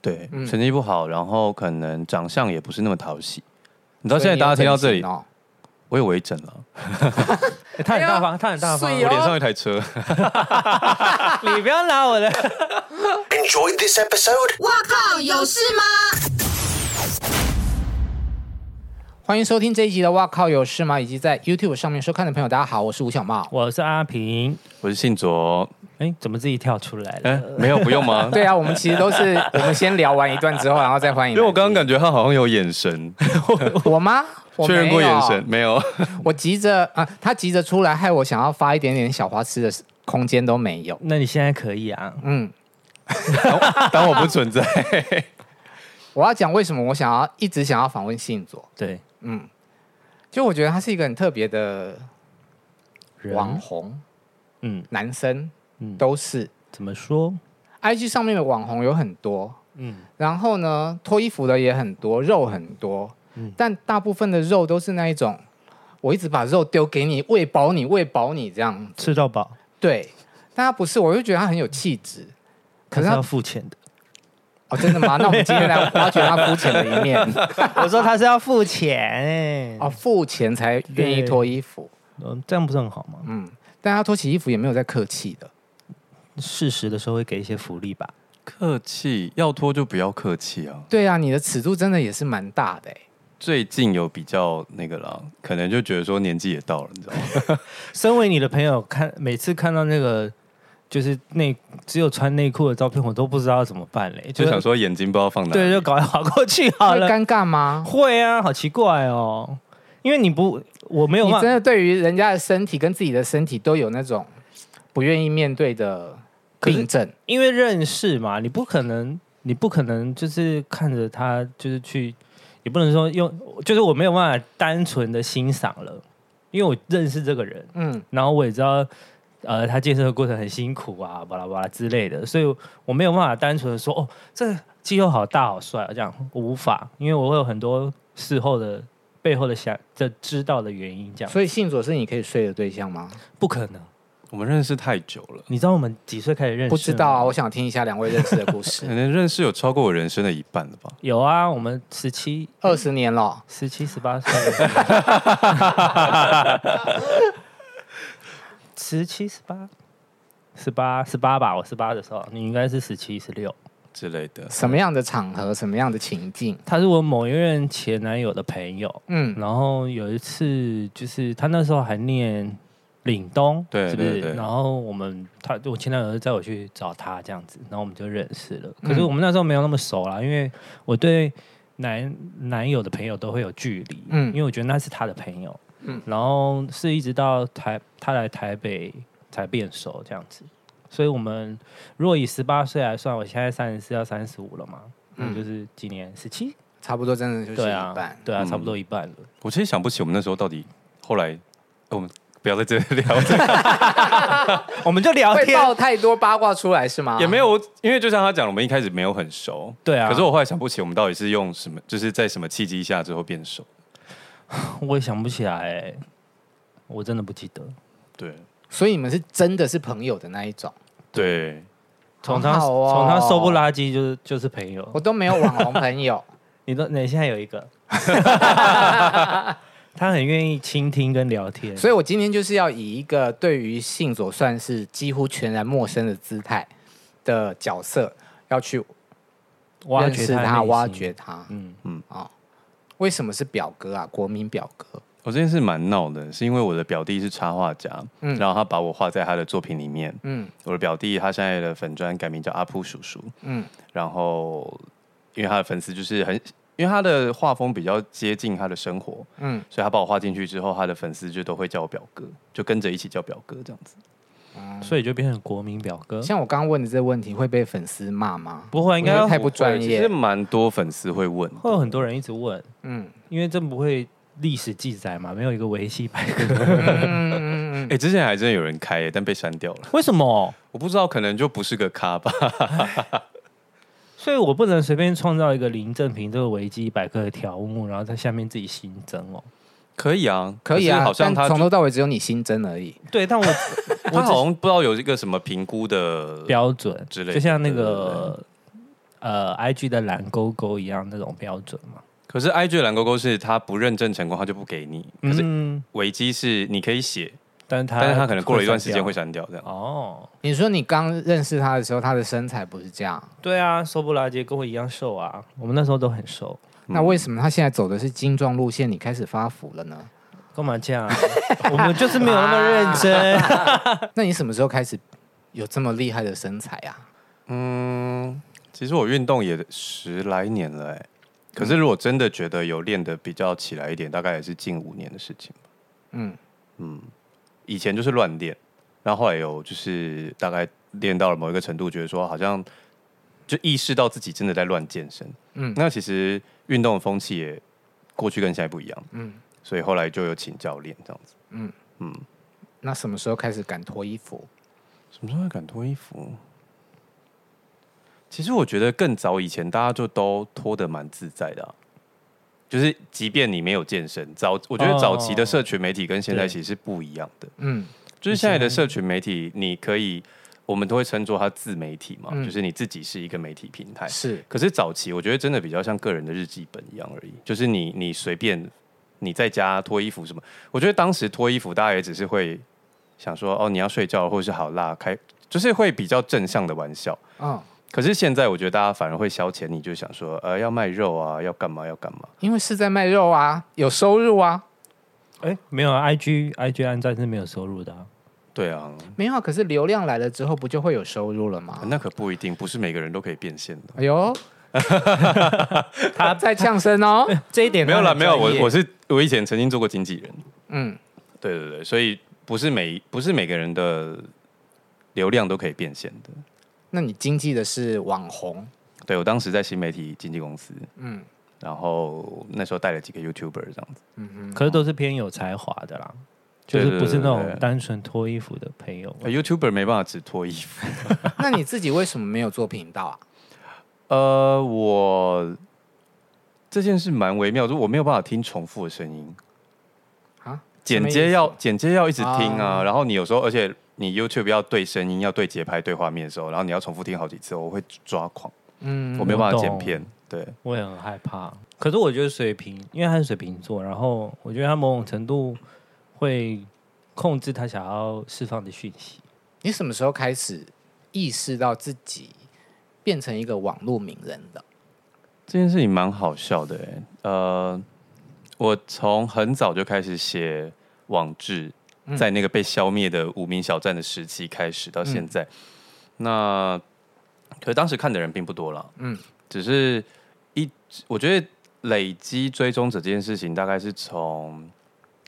对，嗯成绩不好，然后可能长相也不是那么讨喜。你知道现在大家听到这里，哦，我有微整 了，欸他很大方，他很大方，哎我呦脸上有一台车。 你不要拿我的。 Enjoyed this episode? 哇靠，有事吗？欢迎收听这一集的《哇靠有事吗》，以及在 YouTube 上面收看的朋友，大家好，我是吴小 茂。我是阿平， 我是信卓，哎、怎么自己跳出来哎、了？没有，不用 吗？ 对啊，我们其实都是我们先聊完一段之后，然后再欢迎来因宾。为我刚刚感觉他好像有眼神，我吗？我 确认过没有眼神，，没有。我急着啊，他急着出来，害我想要发一点点小花痴的空间都没有。那你现在可以啊？嗯，当 当我不存在，我要讲为什么我想要一直想要访问信佐，对，就我觉得他是一个很特别的网人，红，嗯，男生嗯都是。怎么说？ IG 上面的网红有很多，嗯，然后呢，脱衣服的也很多，肉很多，嗯但大部分的肉都是那一种，我一直把肉丢给你，喂饱你，喂饱你这样。吃到饱，对，但他不是，我就觉得他很有气质。可可是是他要付钱的。哦，真的 吗？那我们今天来挖掘他肤浅的一面我说他是要付钱、哎哦，付钱才愿意脱衣服。哦，这样不是很好吗？嗯，但他脱起衣服也没有在客气的。适时的时候会给一些福利吧。客气要拖就不要客气啊。对啊，你的尺度真的也是蛮大的、欸、最近有比较那个啦，可能就觉得说年纪也到了，你知道吗？身为你的朋友，看每次看到那个就是内只有穿内裤的照片，我都不知道怎么办嘞，就想是说眼睛不知道放哪里。对，就搞划过去好会了。尴尬吗？会啊，好奇怪哦，因为你不，我没有你办真法，的对于人家的身体跟自己的身体都有那种不愿意面对的病症。因为认识嘛，你不可能，你不可能就是看着他，就是去，也不能说用，就是我没有办法单纯的欣赏了，因为我认识这个人，嗯，然后我也知道。呃，他建设的过程很辛苦啊，巴拉巴拉之类的，所以我没有办法单纯的说，哦，这肌肉好大好帅啊，这样我无法，因为我会有很多事后的背后的想这知道的原因，这样所以信左是你可以睡的对象吗？不可能。我们认识太久了，你知道我们几岁开始认识？不知道啊，。我想听一下两位认识的故 可事。能认识有超过我人生的一半了吧。有啊，我们十七、二十年了，十七、十八岁，十七、十八、十八、十八吧。我十八的时候，你应该是十七、十六。之类嗯的。什么样的场合，什么样的情境？他是我某一任前男友的朋友，嗯，然后有一次就是他那时候还念岭东，对是不是？对对然后我们他我前男友就载我去找他这样子，然后我们就认识了。嗯可是我们那时候没有那么熟啦，因为我对男男友的朋友都会有距离，嗯嗯，因为我觉得那是他的朋友，嗯，然后是一直到台他来台北才变熟这样子。所以我们如果以十八岁来算，我现在三十四要三十五了嘛，嗯，就是今年十七，差不多真的就是对一啊半，。对啊，嗯差不多一半了。我其实想不起我们那时候到底后来，呃我们不要在这里聊这个， 我们就 聊会啊天，爆太多八卦出来是吗？也没有，我因为就像他讲，我们一开始没有很熟，对啊可是我后来想不起我们到底是用什么，就是在什么契机下之后变熟。我也想不起来、欸，我真的不记得。对所以你们是真的是朋友的那一 种，对，从他好从、哦他瘦不拉几就是就是朋友我，都没有网红朋 友。你都你现在有 一个，他很愿意倾听跟聊天，所以我今天就是要以一个对于性所算是几乎全然陌生的姿态的角色，要去挖认掘识的他，内心挖掘。他。嗯，哦为什么是表哥啊？国民表哥。我这件事蛮闹的，是因为我的表弟是插画家，嗯然后他把我画在他的作品里面。嗯我的表弟他现在的粉砖改名叫阿扑叔叔，嗯，然后因为他的粉丝就是很，因为他的画风比较接近他的生活，嗯，所以他把我画进去之后，他的粉丝就都会叫我表哥，就跟着一起叫表哥这样子。所以就变成国民表哥。像我刚刚问的这个问题，会被粉丝骂吗？不会，应该我觉得太会不专业其实蛮多粉丝会问，有很多人一直问，嗯因为这不会历史记载嘛，没有一个维基百科。 嗯哎、之前还真有人开、耶，但被删掉了。为什么？我不知道，可能就不是个咖吧。所以我不能随便创造一个林正平这个维基百科的条目，然后在下面自己新增哦。可以啊，可以啊，是好像但他从就头到尾只有你新增而已。对，但我我他只是好像不知道有一个什么评估的标准之类的就像那对对个呃 IG 的蓝勾勾一样那种标准嘛？可是 IG 的蓝勾勾是他不认证成功，他就不给你。可是嗯，维基是你可以写，但是他但是他可能过了一段时间会会删删掉这样掉。。哦，你说你刚认识他的时候，他的身材不是这样，对啊，瘦不拉几跟我一样瘦啊，我们那时候都很瘦，那为什么他现在走的是精壮路线，你开始发福了呢？干嘛这样啊？我们就是没有那 么认真。那你什么时候开始有这么厉害的身材啊？嗯，其实我运动也十来年了哎、可是如果真的觉得有练的比较起来一点，大概也是近五年的事情吧。嗯，以前就是乱练，然后后来有就是大概练到了某一个程度，觉得说好像就意识到自己真的在乱健身。嗯嗯，那其实运动的风气也过去跟现在不一样。嗯嗯，所以后来就有请教练这样子。那什么时候开始敢脱衣服？什么时候还敢脱衣服？其实我觉得更早以前，大家就都脱的蛮自在的啊、就是即便你没有健身，早我觉得早期的社群媒体跟现在对其实是不一样的。嗯就是现在的社群媒体，你可以我们都会称作它自媒体嘛，嗯就是你自己是一个媒体平台。是，哎可是早期我觉得真的比较像个人的日记本一样而已，就是你你随便你在家脱衣服什么，我觉得当时脱衣服大家也只是会想说哦你要睡觉或者是好辣开，就是会比较正向的玩笑。嗯，可是现在我觉得大家反而会消遣你，就想说呃要卖肉啊，要干嘛要干嘛。因为是在卖肉啊，有收入啊。哎，没有啊，IG IG 按赞是没有收入的啊、对啊，没有啊，可是流量来了之后，不就会有收入了吗？那可不一定，不是每个人都可以变现的。哎呦，他在呛声哦，这一点没有啦，了，没有，我我是是我以前曾经做过经纪人，嗯，对对对，所以不是每不是每个人的流量都可以变现的。那你经济的是 网红，对我当时在新媒体经纪公司，嗯然后那时候带了几个 YouTuber 这样子。嗯可是都是偏有才华的啦，就哦对是对不是对那对种对单纯脱衣服的朋友。呃 YouTuber 没办法只脱衣服。哼，那你自己为什么没有做频道啊？呃，我这件事蛮微妙，就我没有办法听重复的声音，啊，剪接要什么意思剪接要一直听啊，啊然后你有时候而且你 YouTube 要对声音、要对节拍、对画面的时候，然后你要重复听好几次，我会抓狂，嗯我没有办法我懂剪片。对，我也很害怕。可是我觉得水瓶，因为他是水瓶座，然后我觉得他某种程度会控制他想要释放的讯息。你什么时候开始意识到自己变成一个网络名人的？这件事情蛮好笑的、欸，呃，我从很早就开始写网志，在那个被消灭的无名小站的时期开始到现在，那可是当时看的人并不多了，嗯嗯，只是一直我觉得累积追踪者这件事情，大概是从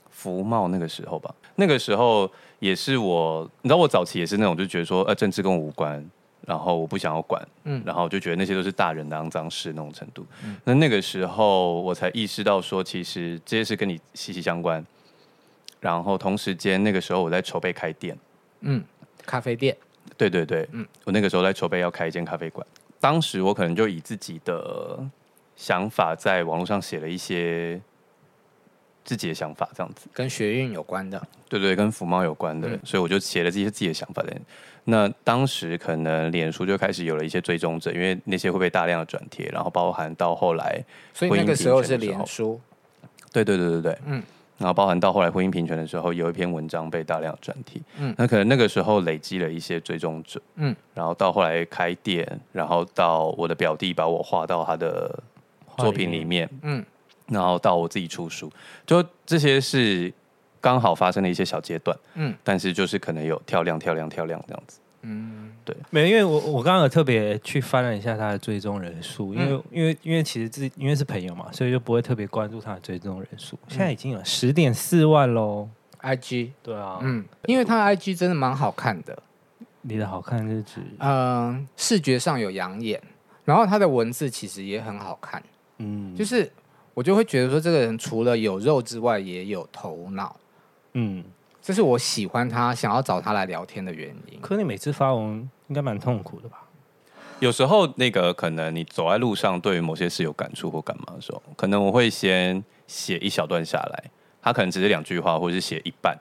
福茂那个时候吧，那个时候也是我，你知道我早期也是那种就觉得说，呃，政治跟我无关，然后我不想要管，嗯嗯，然后我就觉得那些都是大人的肮脏事那种程度。那那个时候我才意识到说，其实这些事跟你息息相关。然后同时间，那个时候我在筹备开店，嗯，咖啡店，对对对，我那个时候在筹备要开一间咖啡馆，当时我可能就以自己的想法在网络上写了一些自己的想法，这样子。跟学运有关的，对对，跟福猫有关的，所以我就写了这些自己的想法的。那当时可能脸书就开始有了一些追踪者，因为那些会被大量的转贴，然后包含到后来，所以婚那姻个平时候权是的时候脸书，对对对对对，嗯嗯，然后包含到后来婚姻平权的时候，有一篇文章被大量转贴，嗯嗯，那可能那个时候累积了一些追踪者，嗯嗯，然后到后来开店，然后到我的表弟把我画到他的作品里面，嗯嗯，然后到我自己出书，就这些是刚好发生的一些小阶段，嗯嗯，但是就是可能有跳量、跳量、跳量这样子。没有，因为我我刚刚有特别去翻了一下他的追踪人数，因为、因为因为其实自己因为是朋友嘛，所以就不会特别关注他的追踪人数。现在已经有十点四万喽。 ，IG，对啊，嗯，因为他 IG 真的蛮好看的，你的好看日子，嗯、视觉上有养眼，然后他的文字其实也很好看，嗯，就是我就会觉得说，这个人除了有肉之外，也有头脑，嗯，这是我喜欢他，想要找他来聊天的原因。可你每次发文应该蛮痛苦的吧？有时候那个可能你走在路上，对于某些事有感触或干嘛的时候，可能我会先写一小段下来，它可能只是两句话，或者是写一半，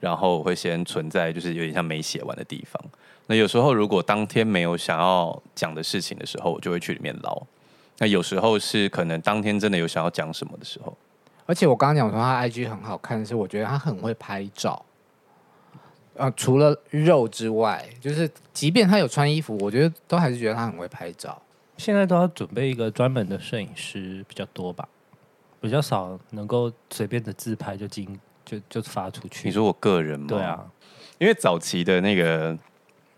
然后我会先存在就是有点像没写完的地方。那有时候如果当天没有想要讲的事情的时候，我就会去里面捞。那有时候是可能当天真的有想要讲什么的时候，而且我刚刚讲说他 IG 很好看，是我觉得他很会拍照。呃，除了肉之外，就是即便他有穿衣服，我觉得都还是觉得他很会拍照。现在都要准备一个专门的摄影师比较多吧，比较少能够随便的自拍就进就就发出去。你说我个人吗？对，啊，因为早期的那个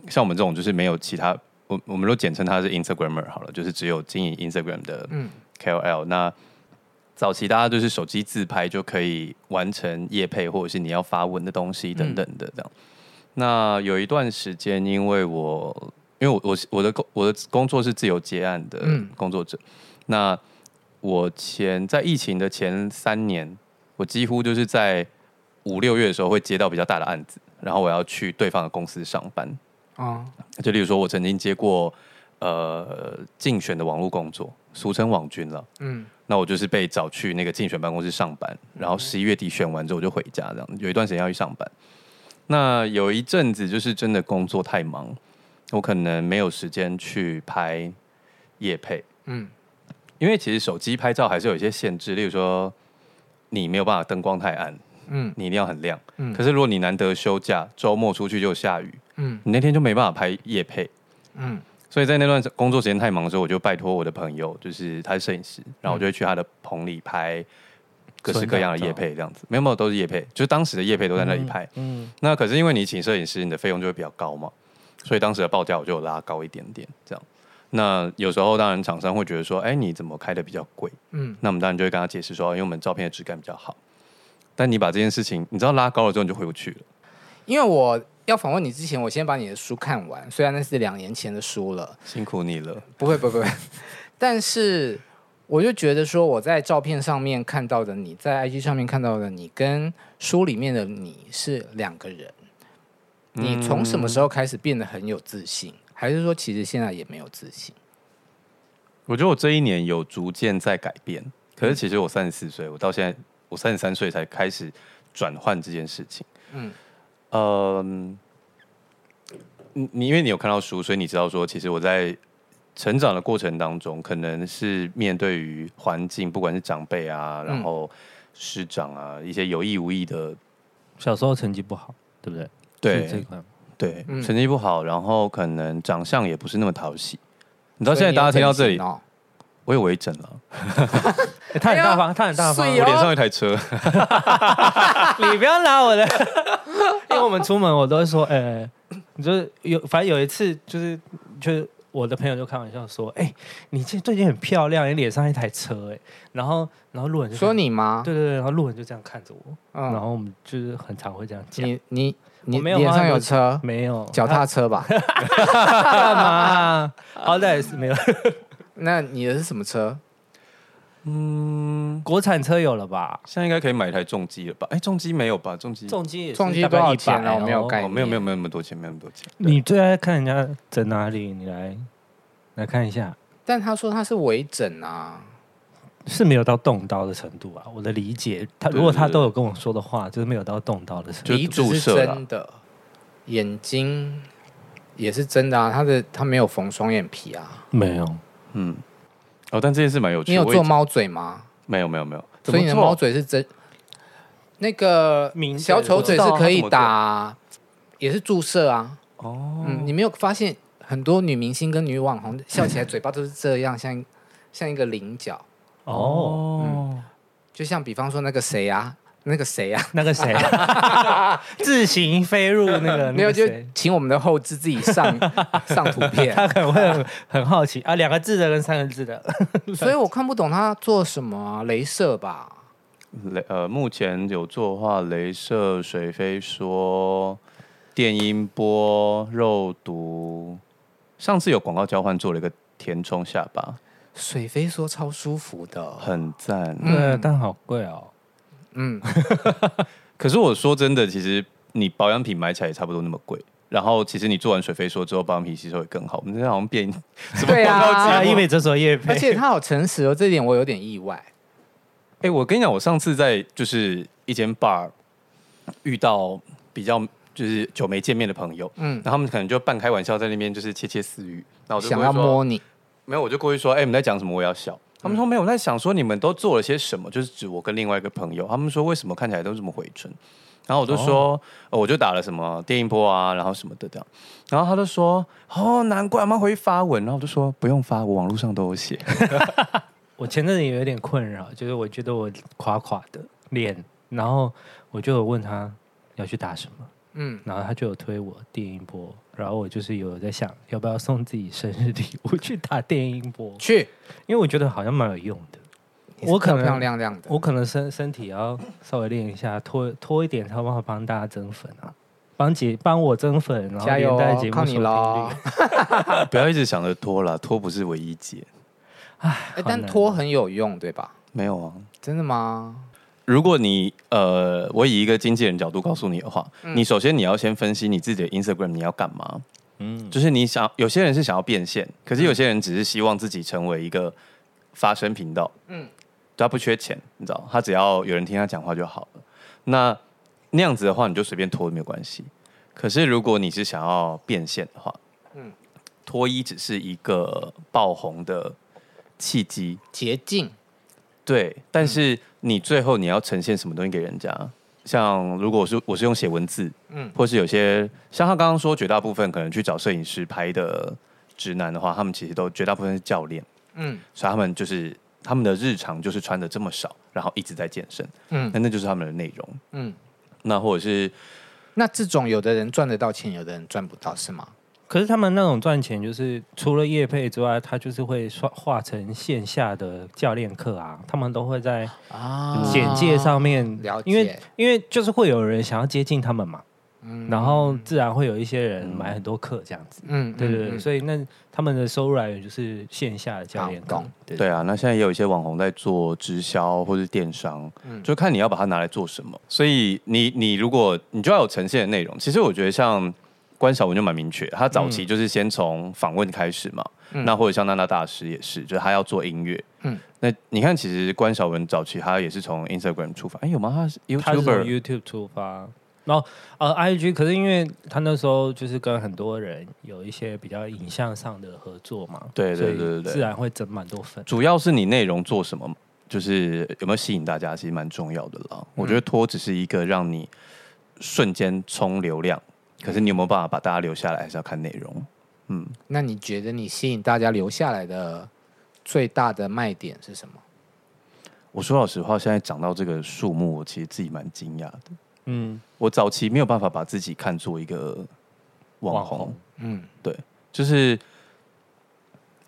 像我们这种就是没有其他，我我们都简称他是 Instagrammer 好了，就是只有经营 Instagram 的嗯 KOL、那早期大家就是手机自拍就可以完成业配或者是你要发文的东西等等的这样。那有一段时间，因为我因为我我我的工我的工作是自由接案的嗯工作者，那我前在疫情的前三年，我几乎就是在五六月的时候会接到比较大的案子，然后我要去对方的公司上班。哦啊、就例如说，我曾经接过呃竞选的网络工作，俗称网军了。嗯，那我就是被找去那个竞选办公室上班，然后十一月底选完之后我就回家，这样有一段时间要去上班。那有一阵子就是真的工作太忙，我可能没有时间去拍夜配，嗯，因为其实手机拍照还是有一些限制，例如说你没有办法灯光太暗，嗯你一定要很亮。嗯可是如果你难得休假，周末出去就下雨，嗯你那天就没办法拍夜配，嗯，所以在那段工作时间太忙的时候，我就拜托我的朋友，就是他是摄影师，然后我就会去他的棚里拍各式各样的夜配，这样子，没有没有都是夜配，就是当时的夜配都在那里拍。嗯，那可是因为你请摄影师，你的费用就会比较高嘛，所以当时的报价我就有拉高一点点，这样。那有时候当然厂商会觉得说，哎、你怎么开的比较贵？嗯，那我们当然就会跟他解释说，因为我们照片的质感比较好。但你把这件事情，你知道拉高了之后，你就回不去了。因为我要访问你之前，我先把你的书看完，虽然那是两年前的书了，辛苦你了，不会不会不会， 但是我就觉得说，我在照片上面看到的你，在 IG 上面看到的你，跟书里面的你是两个人。你从什么时候开始变得很有自信？还是说其实现在也没有自信？我觉得我这一年有逐渐在改变，可嗯是其实我三十四岁，我到现在我三十三岁才开始转换这件事情。嗯嗯，你你因为你有看到书，所以你知道说，其实我在成长的过程当中，可能是面对于环境，不管是长辈啊，嗯然后师长啊，一些有意无意的小时候成绩不好，对不对？对是这个 对、嗯成绩不好，然后可能长相也不是那么讨喜。你你到现在大家听到这里，哦、我有微整了， 欸他很大方，他很大方，哎我呦脸上有一台车。你不要拿我的， 因为我们出门我都会说，呃，你就是有，反正有一次就是就是我的朋友就开玩笑说，哎、你这最近很漂亮，你脸上一台车、哎，然后然后路人就说这样，你吗？对对对，然后路人就这样看着我，然嗯，后我们就是很常会这样讲，你你你我啊没有脸上吗有车，没有脚踏车吧？ 啊干嘛 啊？好歹也是没有，那你的是什么车？嗯，国产车有了吧？现在应该可以买一台重机了吧？哎、重机没有吧？重机重机也是重机大概多少100钱啊哦我没有概哦，没有念没有没有那么多钱，没有那么多钱。你最爱看人家在哪里？你来来看一下，但他说他是微整啊，是没有到动刀的程度啊。我的理解，他对如果他对对都有跟我说的话，就是没有到动刀的程就度。鼻子注是射啦真的，眼睛也是真的啊。他的他没有缝双眼皮啊。没有，嗯，哦，但这件事蛮有趣。你有我做以前？猫嘴吗？没有没有没有，怎所么以你的做猫嘴是真。那个抿嘴小丑嘴是可以我知道打，也是注射啊。哦，嗯，你没有发现很多女明星跟女网红笑起来嘴巴都是这样，像像一个菱角，哦，就像比方说那个谁啊，那个谁啊，那个谁，啊 自行飞入那 没个，呃那有个就谁，请我们的后置自己 上上图片。他可能会很很好奇啊，两个字的跟三个字的， 所以我看不懂他做什么啊，镭射吧？雷呃，目前有做的话，镭射、水飞梭、电音波、肉毒。上次有广告交换做了一个填充下巴，水飞梭超舒服的，很赞。对， 但好贵哦。 嗯，可是我说真的，其实你保养品买起来也差不多那么贵。然后其实你做完水飞梭之后，保养品吸收也更好。我们这好像变什么对广告啊节啊，目因为这所叶而配，且他好诚实哦，这点我有点意 外。哎、我跟你讲，我上次在就是一间 bar 遇到比较就是久没见面的朋友，嗯，然后他们可能就半开玩笑在那边就是窃窃私语，那我就嗯想过去要说哦摸你，没有，我就过去说，哎、你们在讲什么？我也要笑。他们说没有，我在想说你们都做了些什么，就是指我跟另外一个朋友。他们说为什么看起来都这么回春？然后我就说，呃我就打了什么电音波啊，然后什么的这样。然后他就说，哦，难怪阿妈会发文。然后我就说不用发，我网络上都有写。我前阵子也有点困扰，就是我觉得我垮垮的脸，然后我就有问他要去打什么，嗯，然后他就有推我电音波，然后我就是有在想要不要送自己生日礼物去打电音波，去，因为我觉得好像蛮有用的。你是我可漂漂能亮亮的，我可能身身体要稍微练一下，拖拖一点，才有办法帮大家增粉啊，帮姐帮我增粉，然后加油连带哦节，目靠收你听率喽。。不要一直想着拖啦，拖不是唯一解。哎，但难拖很有用，对吧？没有啊，真的吗？如果你呃，我以一个经纪人角度告诉你的话，你首先你要先分析你自己的 Instagram 你要干嘛。嗯，就是你想，有些人是想要变现，可是有些人只是希望自己成为一个发声频道。嗯，他不缺钱，你知道，他只要有人听他讲话就好了。那那样子的话，你就随便拖没有关系。可是如果你是想要变现的话，嗯，脱衣只是一个爆红的契机，捷径，对，但嗯是你最后你要呈现什么东西给人家？像如果我是我是用写文字，嗯嗯，或是有些像他刚刚说，绝大部分可能去找摄影师拍的直男的话，他们其实都绝大部分是教练，嗯所以他们就是他们的日常就是穿的这么少，然后一直在健身，嗯那那就是他们的内容。嗯。那或者是那这种有的人赚得到钱，有的人赚不到，是吗？可是他们那种赚钱，就是除了业配之外，他就是会刷化成线下的教练课啊，他们都会在啊简介上面了解因为因为就是会有人想要接近他们嘛，然后自然会有一些人买很多课这样子，嗯，对对嗯对，嗯所以那他们的收入来源就是线下的教练好课懂，对对啊，那现在也有一些网红在做直销或是电商，嗯就看你要把它拿来做什么。所以你你如果你就要有呈现的内容，其实我觉得像关晓雯就蛮明确，她早期就是先从访问开始嘛，嗯那或者像娜娜大师也是，就是她要做音乐，嗯嗯，那你看其实关晓雯早期她也是从 Instagram 出发，哎有吗？她是他是从 YouTuber YouTube 出发，然后呃 IG，可是因为他那时候就是跟很多人有一些比较影像上的合作嘛，对对所以对对对自然会整蛮多粉。主要是你内容做什么，就是有没有吸引大家，其实蛮重要的嗯啦。我觉得拖只是一个让你瞬间冲流量，可是你有没有办法把大家留下来，还是要看内容。那你觉得你吸引大家留下来的最大的卖点是什么？我说老实话，现在涨到这个数目，我其实自己蛮惊讶的。嗯，我早期没有办法把自己看作一个网网红，红嗯，对，就是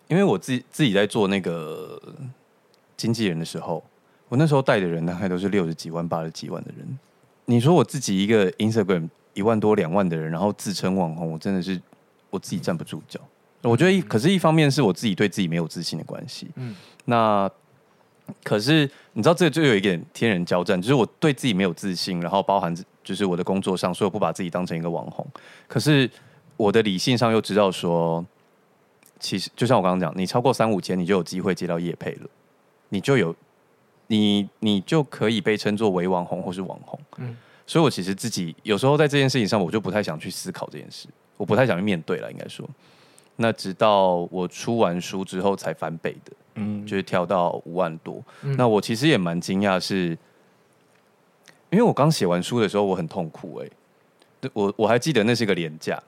因为我自己自己在做那个经纪人的时候，我那时候带的人大概都是六十几万、八十几万的人。你说我自己一个 Instagram 一万多、两万的人，然后自称网红，我真的是我自己站不住脚。我觉得一，可是一方面是我自己对自己没有自信的关系。嗯嗯，那可是你知道，这就有一点天人交战，就是我对自己没有自信，然后包含就是我的工作上，所以我不把自己当成一个网红。可是我的理性上又知道说，其实就像我刚刚讲，你超过三五千，你就有机会接到业配了，你就有你你就可以被称作为网红或是网红。嗯嗯，所以我其实自己有时候在这件事情上，我就不太想去思考这件事，我不太想去面对了，应该说。那直到我出完书之后才翻倍的，嗯，就是跳到五万多。那我其实也蛮惊讶，是因为我刚写完书的时候，我很痛苦哎、对我我还记得那是一个廉价，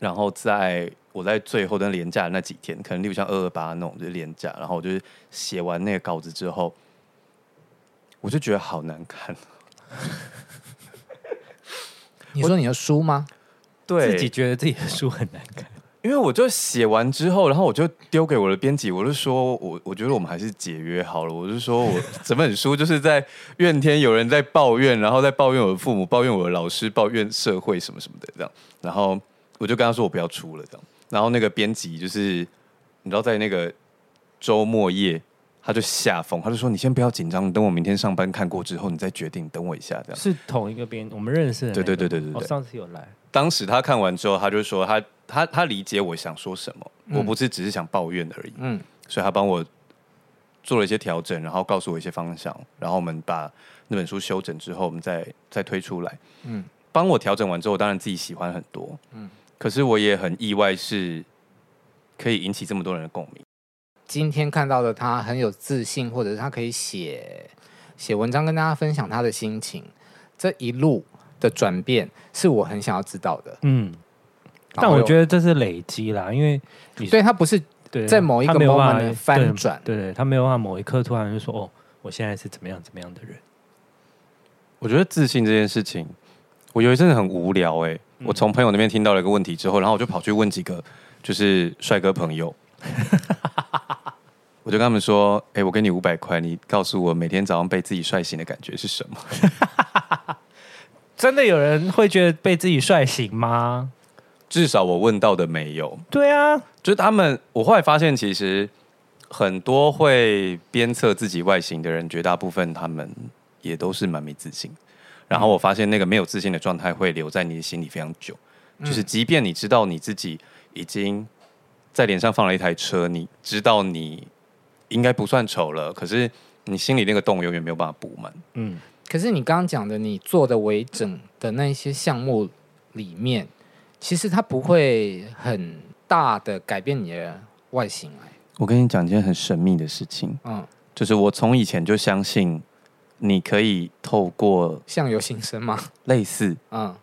然后在我在最后的廉价的那几天，可能例如像二二八那种就是廉价，然后我就是写完那个稿子之后，我就觉得好难看，你说你的书吗？对自己觉得自己的书很难看，因为我就写完之后，然后我就丢给我的编辑，我就说我我觉得我们还是解约好了。我就说我整本书就是在怨天，有人在抱怨，然后在抱怨我的父母，抱怨我的老师，抱怨社会什么什么的这样。然后我就跟他说我不要出了这样。然后那个编辑就是你知道在那个周末夜，他就吓疯，他就说你先不要紧张，你等我明天上班看过之后你再决定，等我一下这样。是同一个编，我们认识的那对对个。对对对对我上次有来，当时他看完之后，他就说他他他理解我想说什么，我不是只是想抱怨而已。嗯，所以他帮我做了一些调整，然后告诉我一些方向，然后我们把那本书修整之后，我们再再推出来。嗯，帮我调整完之后，我当然自己喜欢很多，嗯，可是我也很意外是可以引起这么多人的共鸣。今天看到的他很有自信，或者是他可以写写文章跟大家分享他的心情，这一路的转变是我很想要知道的。嗯，但然后我有觉得这是累积啦，因为你对他不是对在某一他个没有 moment 办法的翻对转对对，他没有办法某一刻突然就说哦，我现在是怎么样怎么样的人，我觉得自信这件事情，我有一阵子很无聊哎、我从朋友那边听到了一个问题之后，然后我就跑去问几个就是帅哥朋友，我就跟他们说：“哎、我给你五百块，你告诉我每天早上被自己帅醒的感觉是什么真的有人会觉得被自己帅醒吗？？”至少我问到的没有，对啊，就是他们。我后来发现，其实很多会鞭策自己外形的人，绝大部分他们也都是蛮没自信。然后我发现，那个没有自信的状态会留在你的心里非常久。就是，即便你知道你自己已经在脸上放了一台车，你知道你应该不算丑了，可是你心里那个洞永远没有办法补满。嗯，可是你刚刚讲的，你做的微整的那一些项目里面，其实它不会很大的改变你的外形哎。我跟你讲一件很神秘的事情，嗯，就是我从以前就相信你可以透过相由心生嘛。类似，嗯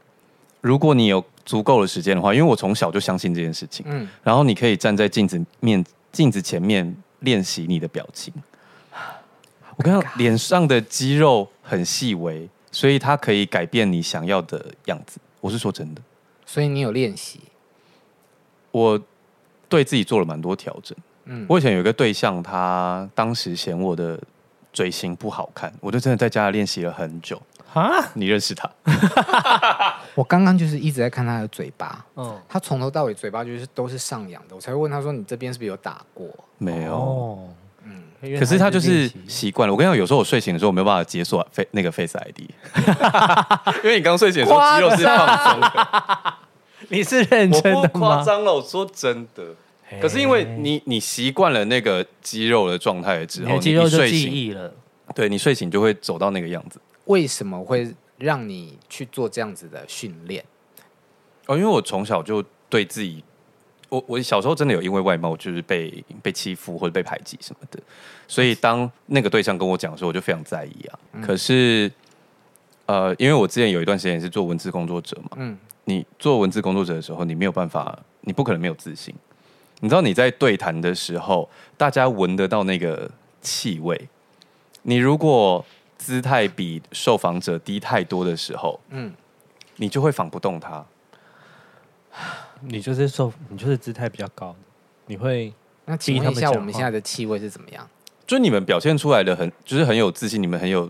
如果你有足够的时间的话，因为我从小就相信这件事情，嗯，然后你可以站在镜子面镜子前面练习你的表情。我看到脸上的肌肉很细微，所以它可以改变你想要的样子。我是说真的，所以你有练习。我对自己做了蛮多调整。嗯，我以前有一个对象，他当时嫌我的嘴型不好看，我就真的在家里练习了很久。啊，你认识他？我刚刚就是一直在看他的嘴巴，嗯，他从头到尾嘴巴就是都是上扬的，我才会问他说你这边是不是有打过？没有。哦，嗯，可是他就是习惯了。我跟你讲，有时候我睡醒的时候，我没有办法解锁 face 那个 Face ID，因为你刚睡醒的时候肌肉是放松的。 你是认真我的不夸吗？张了，我说真的。嘿可是因为你你习惯了那个肌肉的状态之你后，的你肌肉一就睡记醒，忆了，对你睡醒就会走到那个样子。为什么会让你去做这样子的训练？哦，因为我从小就对自己，我我小时候真的有因为外貌就是被被欺负或者被排挤什么的，所以当那个对象跟我讲的时候，我就非常在意啊。可是，呃，因为我之前有一段时间也是做文字工作者嘛，嗯，你做文字工作者的时候，你没有办法，你不可能没有自信。你知道你在对谈的时候，大家闻得到那个气味。你如果姿态比受访者低太多的时候，嗯嗯，你就会仿不动他。你就是瘦，你就是姿态比较高的，你会那请逼他问一们下，讲我们话现在的气味是怎么样？就你们表现出来的很，就是很有自信，你们很有，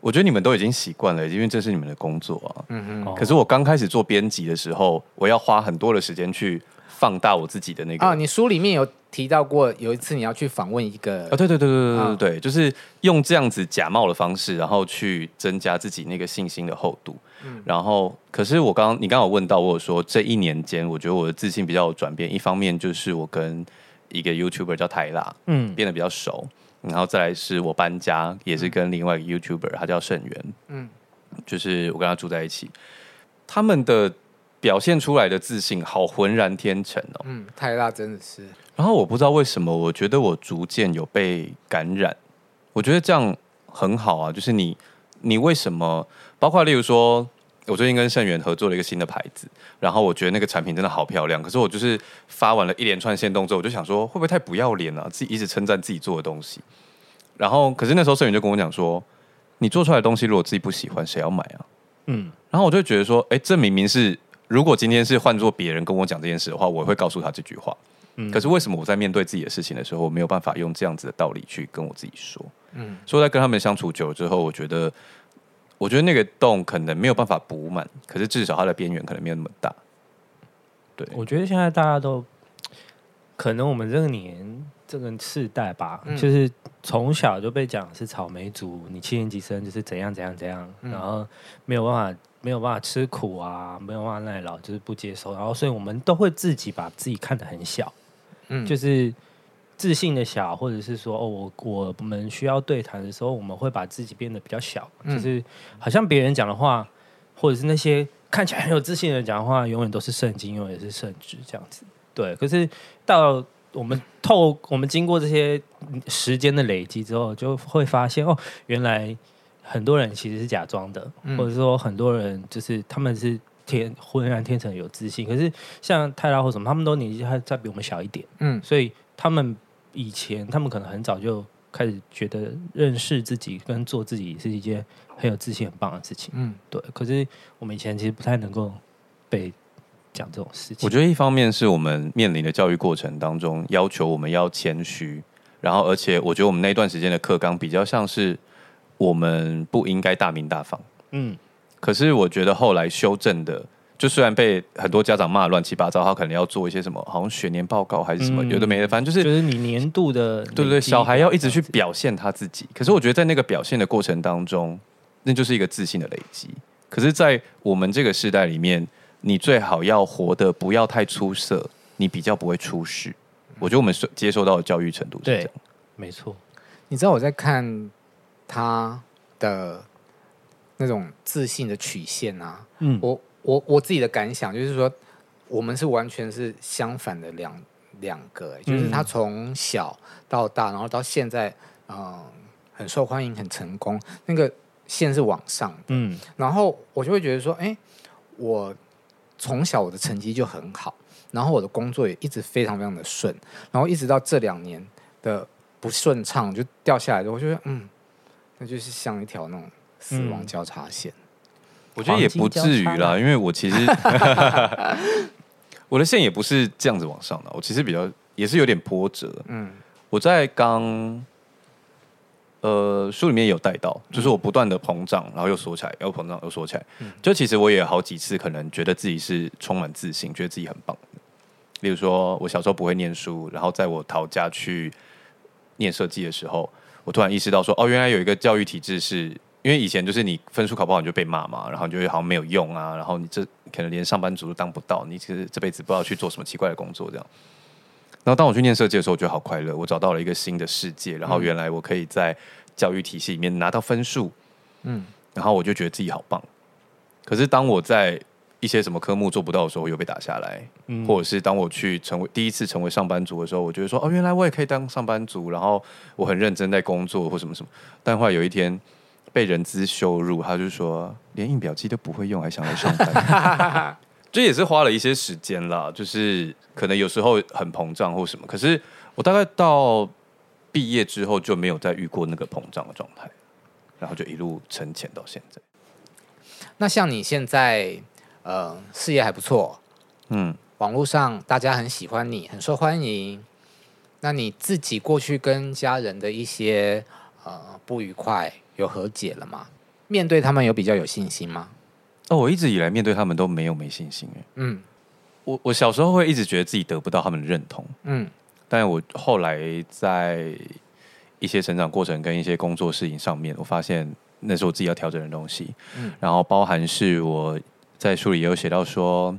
我觉得你们都已经习惯了，因为这是你们的工作啊。嗯哦可是我刚开始做编辑的时候，我要花很多的时间去放大我自己的那哼，个。啊，你书里面有提到过，有一次你要去访问一个啊，呃对对对对啊对对对，就是用这样子假冒的方式，然后去增加自己那个信心的厚度。然后，可是我刚你刚好问到我有说，这一年间，我觉得我的自信比较有转变。一方面就是我跟一个 YouTuber 叫泰拉，嗯变得比较熟，然后再来是我搬家，也是跟另外一个 YouTuber，他叫盛源，嗯嗯，就是我跟他住在一起，他们的表现出来的自信好浑然天成哦。嗯，泰拉真的是，然后我不知道为什么，我觉得我逐渐有被感染。我觉得这样很好啊，就是你，你为什么？包括例如说，我最近跟盛源合作了一个新的牌子，然后我觉得那个产品真的好漂亮。可是我就是发完了一连串线动之后，我就想说，会不会太不要脸了、自己一直称赞自己做的东西。然后，可是那时候盛源就跟我讲说，你做出来的东西如果自己不喜欢，谁要买啊？嗯，然后我就觉得说，哎，这明明是如果今天是换做别人跟我讲这件事的话，我会告诉他这句话。嗯可是为什么我在面对自己的事情的时候，我没有办法用这样子的道理去跟我自己说？嗯嗯，所以在跟他们相处久了之后，我觉得，我觉得那个洞可能没有办法补满，可是至少它的边缘可能没有那么大。对，我觉得现在大家都，可能我们这个年这个世代吧，嗯就是从小就被讲是草莓族，你七年级生就是怎样怎样怎样，然后没有办法没有办法吃苦啊，没有办法耐劳，就是不接受，然后所以我们都会自己把自己看得很小，嗯，就是自信的小，或者是说哦，我我们需要对谈的时候，我们会把自己变得比较小，嗯就是好像别人讲的话，或者是那些看起来很有自信的人讲话，永远都是圣经，永远是圣旨这样子。对，可是到我们透我们经过这些时间的累积之后，就会发现哦，原来很多人其实是假装的，嗯或者说很多人就是他们是天浑然天成有自信，可是像泰拉或什么，他们都年纪还再比我们小一点，嗯所以他们以前他们可能很早就开始觉得认识自己跟做自己是一件很有自信、很棒的事情。嗯，对，可是我们以前其实不太能够被讲这种事情。我觉得一方面是我们面临的教育过程当中要求我们要谦虚，然后而且我觉得我们那段时间的课纲比较像是我们不应该大名大放。嗯，可是我觉得后来修正的，就虽然被很多家长骂得乱七八糟，他可能要做一些什么，好像学年报告还是什么，嗯有的没的，反正就是就是你年啊度的累积，对对对，小孩要一直去表现他自己。可是我觉得在那个表现的过程当中，那就是一个自信的累积。可是，在我们这个时代里面，你最好要活得不要太出色，你比较不会出事。我觉得我们所接受到的教育程度是这对样。，没错，你知道我在看他的那种自信的曲线啊，嗯我我我自己的感想就是说，我们是完全是相反的两两个、欸就是他从小到大，然后到现在，嗯、很受欢迎，很成功，那个线是往上的，嗯然后我就会觉得说，哎，我从小我的成绩就很好，然后我的工作也一直非常非常的顺，然后一直到这两年的不顺畅就掉下来的，我觉得嗯，那就是像一条那种死亡交叉线。我觉得也不至于黄金交叉啦，因为我 其实我的线也不是这样子往上的，我其实比较也是有点波折。嗯我在刚呃书里面有带到，就是我不断的膨胀，然后又缩起来，又膨胀又缩起来。就其实我也好几次可能觉得自己是充满自信，觉得自己很棒的。例如说，我小时候不会念书，然后在我逃家去念设计的时候，我突然意识到说，哦，原来有一个教育体制是，因为以前就是你分数考不好你就被骂嘛，然后你就会好像没有用啊，然后你这可能连上班族都当不到，你其实这辈子不知道去做什么奇怪的工作这样。然后当我去念设计的时候，我觉得好快乐，我找到了一个新的世界，然后原来我可以在教育体系里面拿到分数，嗯，然后我就觉得自己好棒。可是当我在一些什么科目做不到的时候，我又被打下来，嗯，或者是当我去成为第一次成为上班族的时候，我觉得说哦，原来我也可以当上班族，然后我很认真在工作或什么什么。但后来有一天被人资羞辱，他就说连印表机都不会用，还想来上班。这也是花了一些时间啦，就是可能有时候很膨胀或什么，可是我大概到毕业之后就没有再遇过那个膨胀的状态，然后就一路沉潜到现在。那像你现在呃事业还不错，嗯，网络上大家很喜欢你，很受欢迎。那你自己过去跟家人的一些呃不愉快有和解了吗？面对他们有比较有信心吗？哦，我一直以来面对他们都没有没信心、欸，嗯我我小时候会一直觉得自己得不到他们的认同，嗯但我后来在一些成长过程跟一些工作事情上面，我发现那是我自己要调整的东西。嗯然后包含是我在书里也有写到说，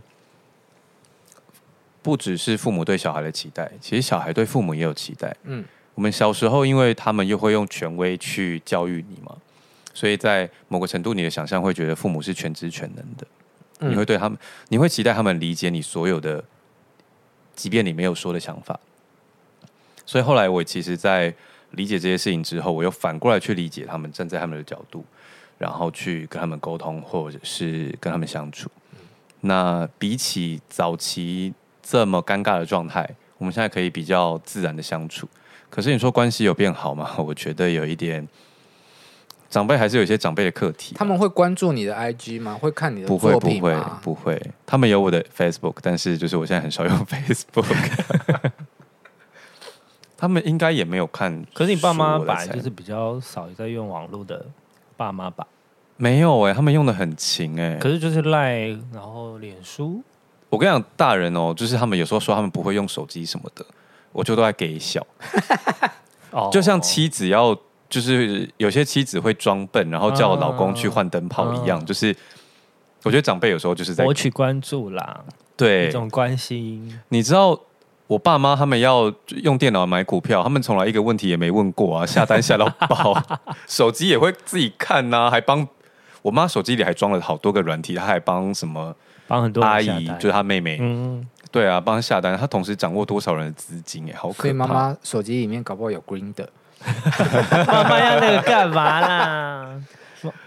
不只是父母对小孩的期待，其实小孩对父母也有期待。嗯我们小时候，因为他们又会用权威去教育你嘛，所以在某个程度，你的想象会觉得父母是全知全能的。嗯你会对他们，你会期待他们理解你所有的，即便你没有说的想法。所以后来我其实，在理解这些事情之后，我又反过来去理解他们，站在他们的角度，然后去跟他们沟通，或者是跟他们相处。那比起早期这么尴尬的状态，我们现在可以比较自然的相处。可是你说关系有变好吗？ 我觉得有一点，长辈还是有一些长辈的课题。他们会关注你的 IG 吗？会看你的不会作不品会吗？不会，他们有我的 Facebook，但是就是我现在很少用 Facebook。他们应该也没有看，可是你爸妈我本的来菜就是比较少在用网络的爸妈吧？没有哎、他们用的很勤哎、可是就是赖，然后脸书，我跟你讲，大人哦，就是他们有时候说他们不会用手机什么的，我就都在给小。哦就像妻子要，就是有些妻子会装笨，然后叫老公啊去换灯泡一样，嗯就是我觉得长辈有时候就是在博取关注啦，对一种关心，你知道我爸妈他们要用电脑买股票，他们从来一个 问题也没问过啊，下单下到爆，手机也会自己看呐、还帮我妈手机里还装了好多个软体，她还帮什么帮很多啊人阿下姨，单就是她妹妹，嗯，对啊，帮她下单。她同时掌握多少人的资金、欸？哎，好可所怕！以妈妈手机里面搞不好有 Green 的，妈妈要那个干嘛啦？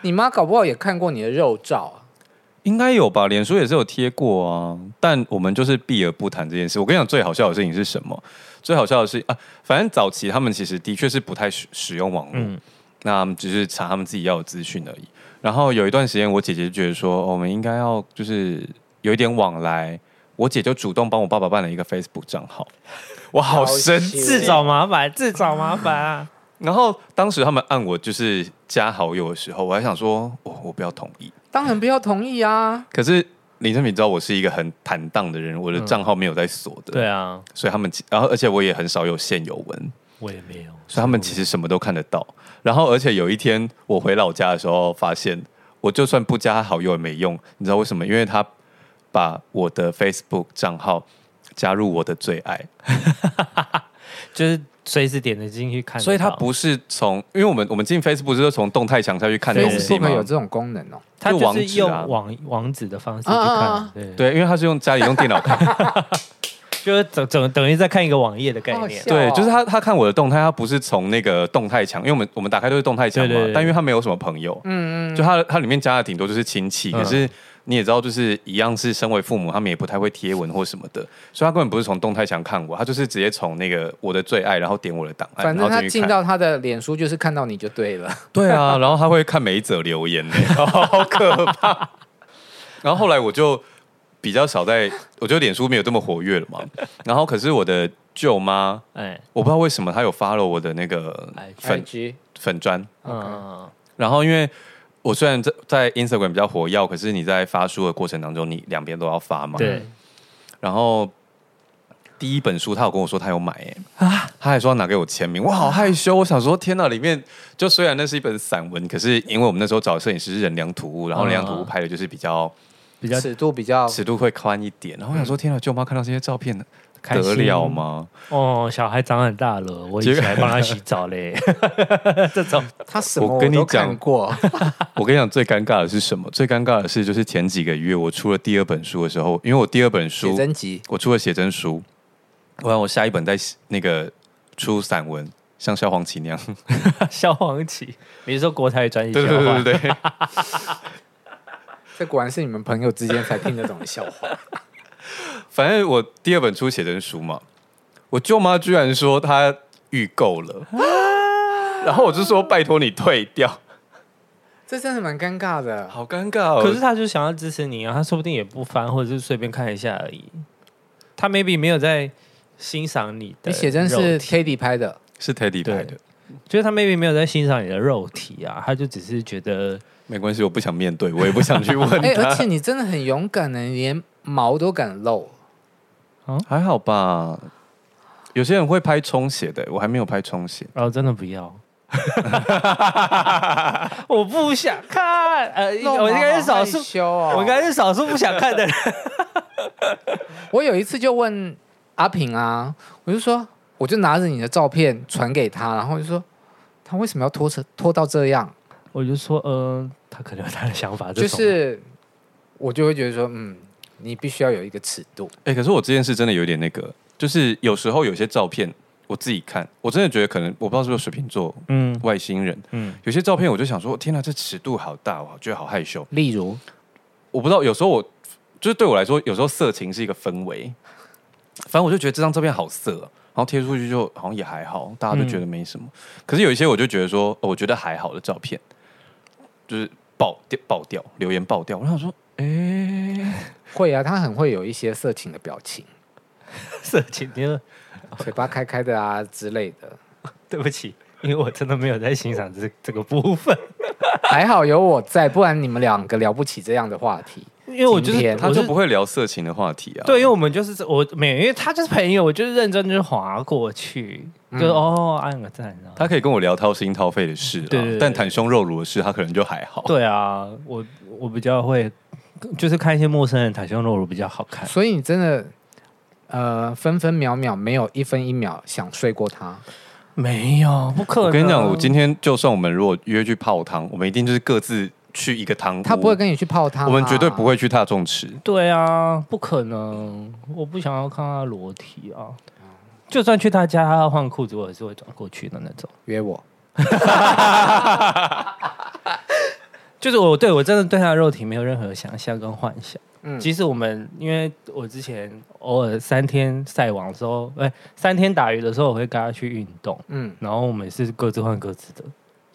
你妈搞不好也看过你的肉照啊。应该有吧，脸书也是有贴过啊，但我们就是避而不谈这件事。我跟你讲，最好笑的事情是什么？最好笑的是啊，反正早期他们其实的确是不太使使用网络，嗯那他们只是查他们自己要的资讯而已。然后有一段时间，我姐姐就觉得说，哦我们应该要就是有一点往来，我姐就主动帮我爸爸办了一个 Facebook 账 号，我好生气。自找麻烦，自找麻烦啊！然后当时他们按我就是加好友的时候，我还想说，我、我不要同意。当然不要同意啊！可是林正敏知道我是一个很坦荡的人，我的账号没有在锁的，对，啊，所以他们其然后而且我也很少有现有文，我也没有，所以他们其实什么都看得到。然后而且有一天我回老家的时候，发现我就算不加他好友也没用，你知道为什么？因为他把我的 Facebook 账号加入我的最爱，就是随时点得进去看得到，所以他不是从，因为我们我们进 Facebook 就是从动态墙下去 看东西 Facebook 嘛。有这种功能哦，他就就网址是啊用网网址的方式去啊啊看啊，对，对，因为他是用家里用电脑看，就是整整等于在看一个网页的概好念，笑对哦，就是他他看我的动态，他不是从那个动态墙，因为我们我们打开都是动态墙嘛，对对对但因为他没有什么朋友，嗯嗯，就他他里面加的顶多就是亲戚，嗯可是你也知道，就是一样是身为父母，他们也不太会贴文或什么的，所以他根本不是从动态墙看我，他就是直接从那个我的最爱，然后点我的档案，反正哎然后他进去进看到他的脸书就是看到你就对了。对 啊，然后他会看每一则留 言呢，好可怕。然后后来我就比较少在，我觉得脸书没有这么活跃了嘛，然后可是我的舅妈。哎，我不知道为什么她有 follow 我的那个 IG 粉 IG 粉砖，嗯，然后因为我虽然在在 Instagram 比较活跃，可是你在发书的过程当中，你两边都要发嘛。。对，嗯然后第一本书，他有跟我说他有买、欸，啊，他还说要拿给我签名，我好害羞，我想说天哪，里面就虽然那是一本散文，可是因为我们那时候找的摄影师是人梁土物，然后人梁啊土物拍的就是比较比较尺度比较尺度会宽一点，然后我想说天哪，舅妈看到这些照片嗯开得心了吗？哦，小孩长很大了，我结以果前还帮他洗澡嘞， 这种他什么我跟你都讲看 过， 我跟你讲，最尴尬的是什么？最尴尬的是，就是前几个月我出了第二本书的时候，因为我第二本写书真集我出了写真书，我让我下一本再写那个出散文，像萧煌奇那样。萧煌奇，你是说国台 专辑对笑对话对对对。这果然是你们朋友之间才听得懂的笑话。反正我第二本出写真书嘛，我舅妈居然说她预购了，然后我就说拜托你退掉， 这真的蛮尴尬的。好尴尬哦。可是他就想要支持你啊，他说不定也不翻，或者是随便看一下而已。他 maybe 没有在欣赏你的，你写真是，Kitty 拍的， 是 Teddy 对拍的，就是他 maybe 没有在欣赏你的肉体啊，他就只是觉得没关系，我不想面对，我也不想去问哎、而他且，你真的很勇敢呢，你连毛都敢 露。还好吧。有些人会拍冲写的，我还没有拍冲写。哦，真的不要。 我不想看，呃，露毛我应该是少数好害，羞哦、我应该是少数不想看的人。我有一次就问阿平啊，我就说，我就拿着你的照片传给他，然后就说，他为什么要拖成拖到这样？我就说，嗯、他可能有他的想法，这就种是我就会觉得说，嗯，你必须要有一个尺度。哎、可是我这件事真的有点那个，就是有时候有些照片我自己看，我真的觉得可能我不知道是不是水瓶座嗯外星人，嗯，有些照片我就想说，天哪，这尺度好大，我觉得好害羞。例如，我不知道，有时候我就是对我来说，有时候色情是一个氛围，反正我就觉得这张照片好色啊、然后贴出去就好像也还好，大家都觉得没什么。可是有一些我就觉得说，哦我觉得还好的照片，就是爆掉爆掉，留言爆掉。我想说，哎、会啊，他很会有一些色情的表情， 色情，你说嘴巴开开的啊之类的。对不起，因为我真的没有在欣赏这这个部分，还好有我在，不然你们两个聊不起这样的话题。因为我就是今天他就不会。会聊色情的话题啊。对，因为我们就是我没有，因为他就是朋友，我就是认真就是划过去，就是哦按个赞，然后他可以跟我聊掏心掏肺的事啦，啊对对对但袒胸肉乳的事，他可能就还好。对啊，我我比较会，就是看一些陌生人袒胸露乳比较好看。所以你真的，呃，分分秒秒没有一分一秒想睡过他。没有，不可能。我跟你讲，我今天就算我们如果约去泡汤，我们一定就是各自去一个汤屋，他不会跟你去泡汤、啊我们绝对不会。会去大众池。对啊，不可能，我不想要看他裸体啊。就算去他家，他要换裤子，我也是会转过去的那种。约我，就是我对我真的对他的肉体没有任何想象跟幻想。嗯即使我们因为我之前偶尔三天晒网的时候，哎、三天打鱼的时候，我会跟他去运动，嗯，然后我们是各自换各自的。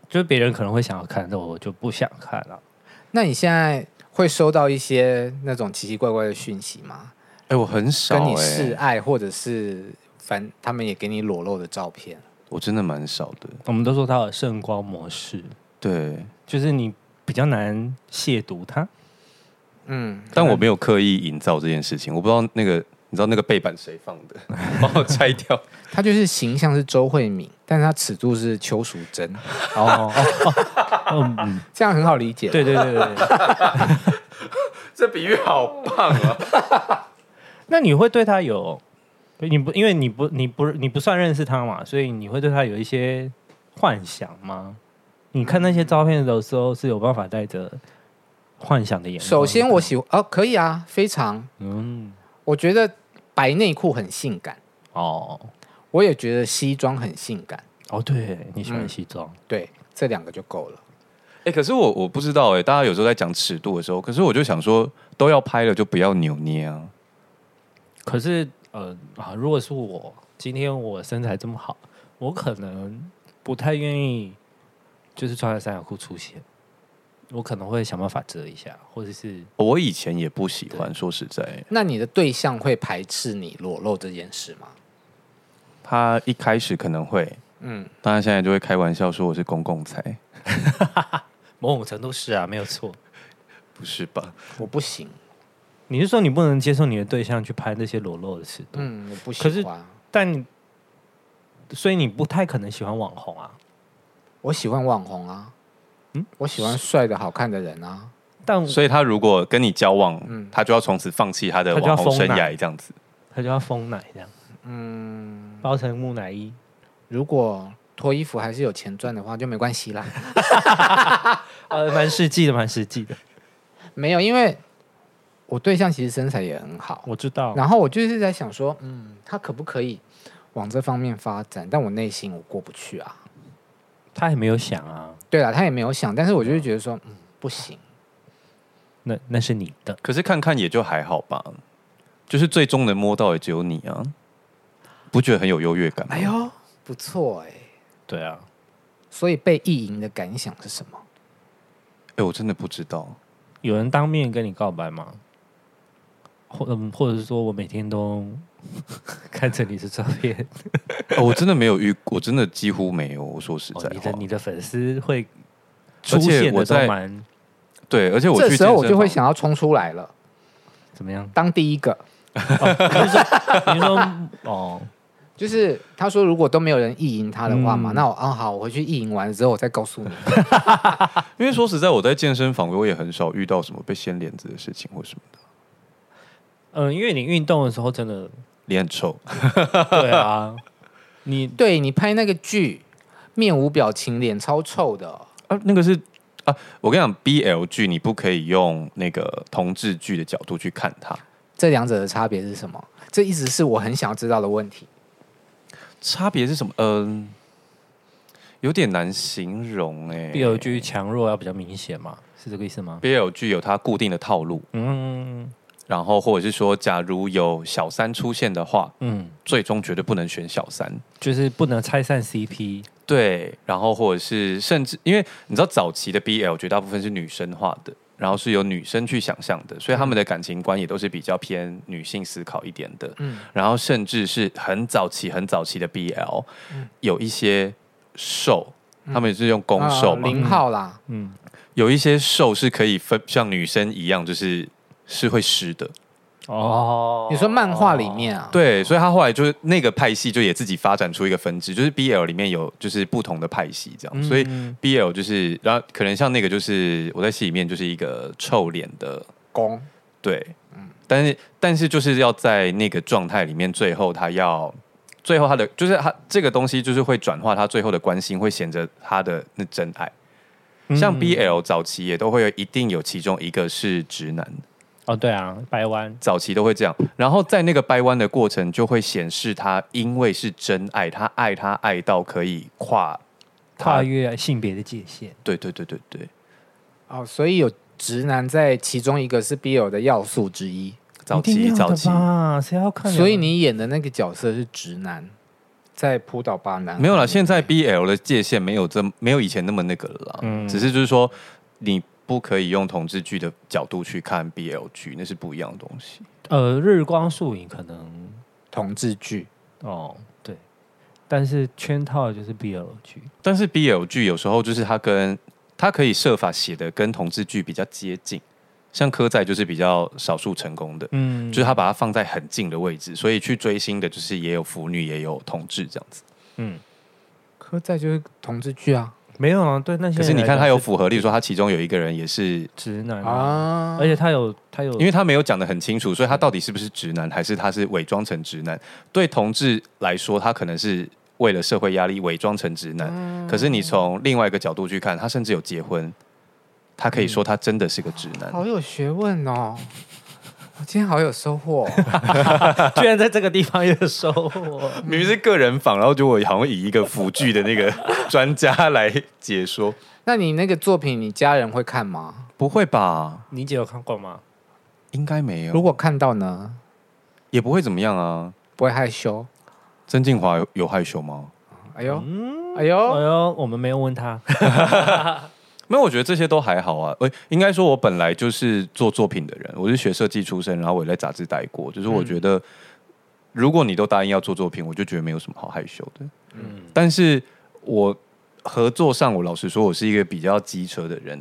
就是别人可能会想要看，但我就不想看了、那你现在会收到一些那种奇奇怪怪的讯息吗？哎、我很少、欸、跟你啊示爱，或者是反他们也给你裸露的照片？我真的蛮少的。我们都说他有圣光模式，对，就是你比较难亵渎他。嗯，但我没有刻意营造这件事情，我不知道那个，你知道那个背板谁放的，帮我拆掉。他就是形象是周慧敏，但是他尺度是邱淑 贞，哦哦哦，嗯嗯，这样很好理解。 对对对对对。 这比喻好棒啊！那你会对他有，你不因为你不你不你不算认识他嘛，所以你会对他有一些幻想吗？你看那些照片的时候是有办法带着幻想的眼光。首先我喜欢哦，可以啊，非常，嗯我觉得白内裤很性感，哦我也觉得西装很性感，哦，对你喜欢西装，对，这两个就够了。哎、可是我我不知道哎、大家有时候在讲尺度的时候，可是我就想说，都要拍了就不要扭捏啊。可是呃啊，如果是我今天我身材这么好，我可能不太愿意就是穿着三角裤出现，我可能会想办法遮一下，或者是我以前也不喜欢，说实在，那你的对象会排斥你裸露这件事吗？他一开始可能会，嗯，当然现在就会开玩笑说我是公共财，某种程度是啊，没有错。不是吧？我不行，你是说你不能接受你的对象去拍那些裸露的尺度？嗯，我不可喜是欢，但你，所以你不太可能喜欢网红啊。我喜欢网红啊，嗯，我喜欢帅的好看的人啊，但所以他如果跟你交往，嗯他就要从此放弃他的他就要网红疯生了涯，这样子。他就要封奶这样，嗯，包成木乃伊。如果脱衣服还是有钱赚的话，就没关系啦。呃，蛮实际的，蛮实际 的。没有，因为我对象其实身材也很好，我知道，然后我就是在想说，嗯，他可不可以往这方面发展？但我内心我过不去啊。他也没有想啊。对了，他也没有想，但是我就是觉得说，嗯，不行，那那是你的，可是看看也就还好吧，就是最终能摸到也只有你啊，不觉得很有优越感吗？哎呦，不错哎、对啊，所以被意淫的感想是什么？哎我真的不知道，有人当面跟你告白吗？或嗯，或者是说我每天都 看着你的照 片，哦我真的没有遇，我真的几乎没有。我说实在哦、你话，的你的粉丝会而出且现我的都在蛮对，而且我这去时候我健身就会房，想要冲出来了，？怎么样当第一个。你说 哦，就是他说，如果都没有人意淫他的话嘛，那我啊好，我回去意淫完了之后，我再告诉你。因为说实在，我在健身房我也很少遇到什么被掀帘子的事情或什么的，嗯，因为你运动的时候真的，脸很臭。对啊，你对你拍那个剧，面无表情，脸超臭的，啊，那个是啊，我跟你讲，BL 剧你不可以用那个同志剧的角度去看它，这两者的差别是什么？这一直是我很想要知道的问题。差别是什么？嗯、有点难形容哎、必有居强弱要比较明显嘛，是这个意思吗？ BL 剧有它固定的套路，嗯然后或者是说，假如有小三出现的话，嗯，最终绝对不能选小三。就是不能拆散 CP，对，然后或者是甚至因为你知道早期的 BL 绝大部分是女生化的，然后是由女生去想象的，所以他们的感情观也都是比较偏女性思考一点的。嗯然后甚至是很早期、很早期的 BL，、有一些兽，他们也是用公兽啊嘛，零号啦，嗯，有一些兽是可以分像女生一样，就是是会湿的。哦你说漫画里面啊，，对，所以他后来就是那个派系，就也自己发展出一个分支，就是 BL 里面有就是不同的派系这样，所以 BL 就是，然后可能像那个就是我在戏里面就是一个臭脸的，公对，嗯但是但是就是要在那个状态里面，最后他要。最后，他的就是他这个东西，就是会转化他最后的关心，会显着他的那真爱。嗯像 BL 早期也都会有一定有其中一个是直男，哦，对啊，白湾，早期都会这样。然后在那个掰弯的过程，就会显示他因为是真爱，他爱他爱到可以跨跨他。越性别的界限。对对对对对，哦，所以有直男在其中一个是 BL 的要素之一，早一定期要的早期吧，谁要看？所以你演的那个角色是直男，在扑倒吧男孩啊没有嗯啦，现在 BL 的界限没有这么没有以前那么那个了啦。嗯只是就是说你不可以用同志剧的角度去看 BL 剧，那是不一样的东西。呃，日光树影可能同志剧，哦，对，但是圈套的就是 BL 剧，但是 BL 剧有时候就是它跟它可以设法写的跟同志剧比较接近，像科仔就是比较少数成功的，嗯就是他把它放在很近的位置，所以去追星的就是也有腐女也有同志这样子。嗯，科在就是同志剧啊没有啊，对那些可人来讲。是你看他有符合，例如说他其中有一个人也是，直男嗯啊，啊而，且他有他有，因为他没有讲的很清楚，所以他到底是不是直男，还是他是伪装成直男？对同志来说，他可能是为了社会压力伪装成直男，可是你从另外一个角度去看，他甚至有结婚，他可以说他真的是个直男。好有学问哦。我今天好有收 获哦、 居然在这个地方有收获。明明是个人访，然后结果好像以一个辅具的那个专家来解说，那你那个作品，你家人会看吗？不会吧？ 你姐有看过吗？应该没如有，果看到呢，也不会怎么样啊。不会害羞？曾静华有有害羞吗？哎呦，嗯哎呦哎，呦，我们没有问他。没有，我觉得这些都还好啊。呃，应该说，我本来就是做作品的人，我是学设计出身，然后我也在杂志待过。就是我觉得，如果你都答应要做作品，我就觉得没有什么好害羞的。嗯，但是我合作上，我老实说，我是一个比较机车的人。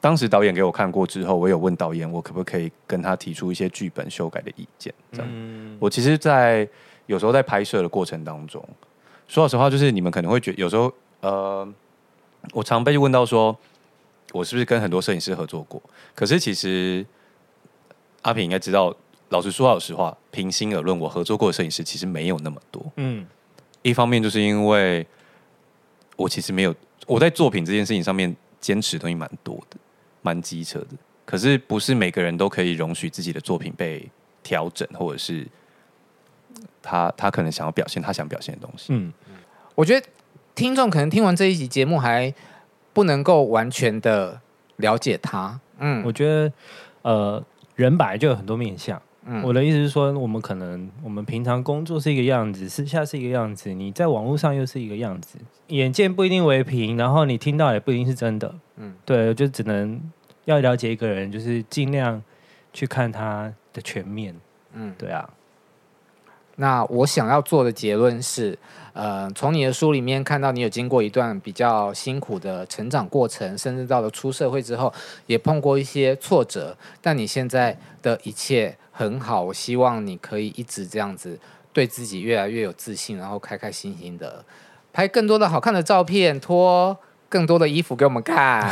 当时导演给我看过之后，我有问导演，我可不可以跟他提出一些剧本修改的意见？这样，嗯，我其实在，有时候在拍摄的过程当中，说老实话，就是你们可能会觉有时候，呃，我常被问到说，我是不是跟很多摄影师合作过？可是其实阿平应该知道，老实说老实话，平心而论，我合作过的摄影师其实没有那么多。嗯，一方面就是因为我其实没有我在作品这件事情上面坚持的东西蛮多的，蛮机车的。可是不是每个人都可以容许自己的作品被调整，或者是他他可能想要表现他想表现的东西。嗯，我觉得听众可能听完这一集节目还不能够完全的了解他。嗯我觉得呃，人本来就有很多面相。嗯我的意思是说，我们可能我们平常工作是一个样子，私下是一个样子，你在网络上又是一个样子，眼见不一定为凭，然后你听到也不一定是真的。嗯嗯，对，就只能要了解一个人，就是尽量去看他的全面。嗯，对啊，那我想要做的结论是，呃，从你的书里面看到你有经过一段比较辛苦的成长过程，甚至到了出社会之后，也碰过一些挫折，但你现在的一切很好。我希望你可以一直这样子，对自己越来越有自信，然后开开心心的拍更多的好看的照片，脱更多的衣服给我们看。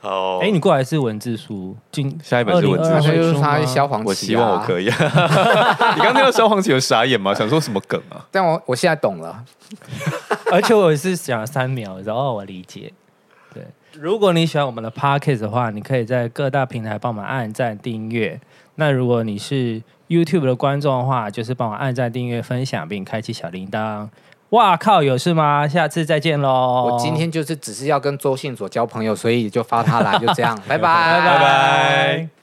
好哎、你过来是文字书，今哦下一本是文字书然后2022就是他吗消防旗、啊，我希望我可以。你刚刚听到消防器有傻眼吗？想说什么梗啊？但我我现在懂了。 而且我也是讲了三秒，然后我理解。对，如果你喜欢我们的 podcast 的话，你可以在各大平台帮忙按赞、订阅。那如果你是 YouTube 的观众的话，就是帮我按赞、订阅、分享，并开启小铃铛。哇靠，有事吗？下次再见喽！哦我今 天就是只是要跟周信所交朋友，所以就发他来，就这样，拜拜，拜拜。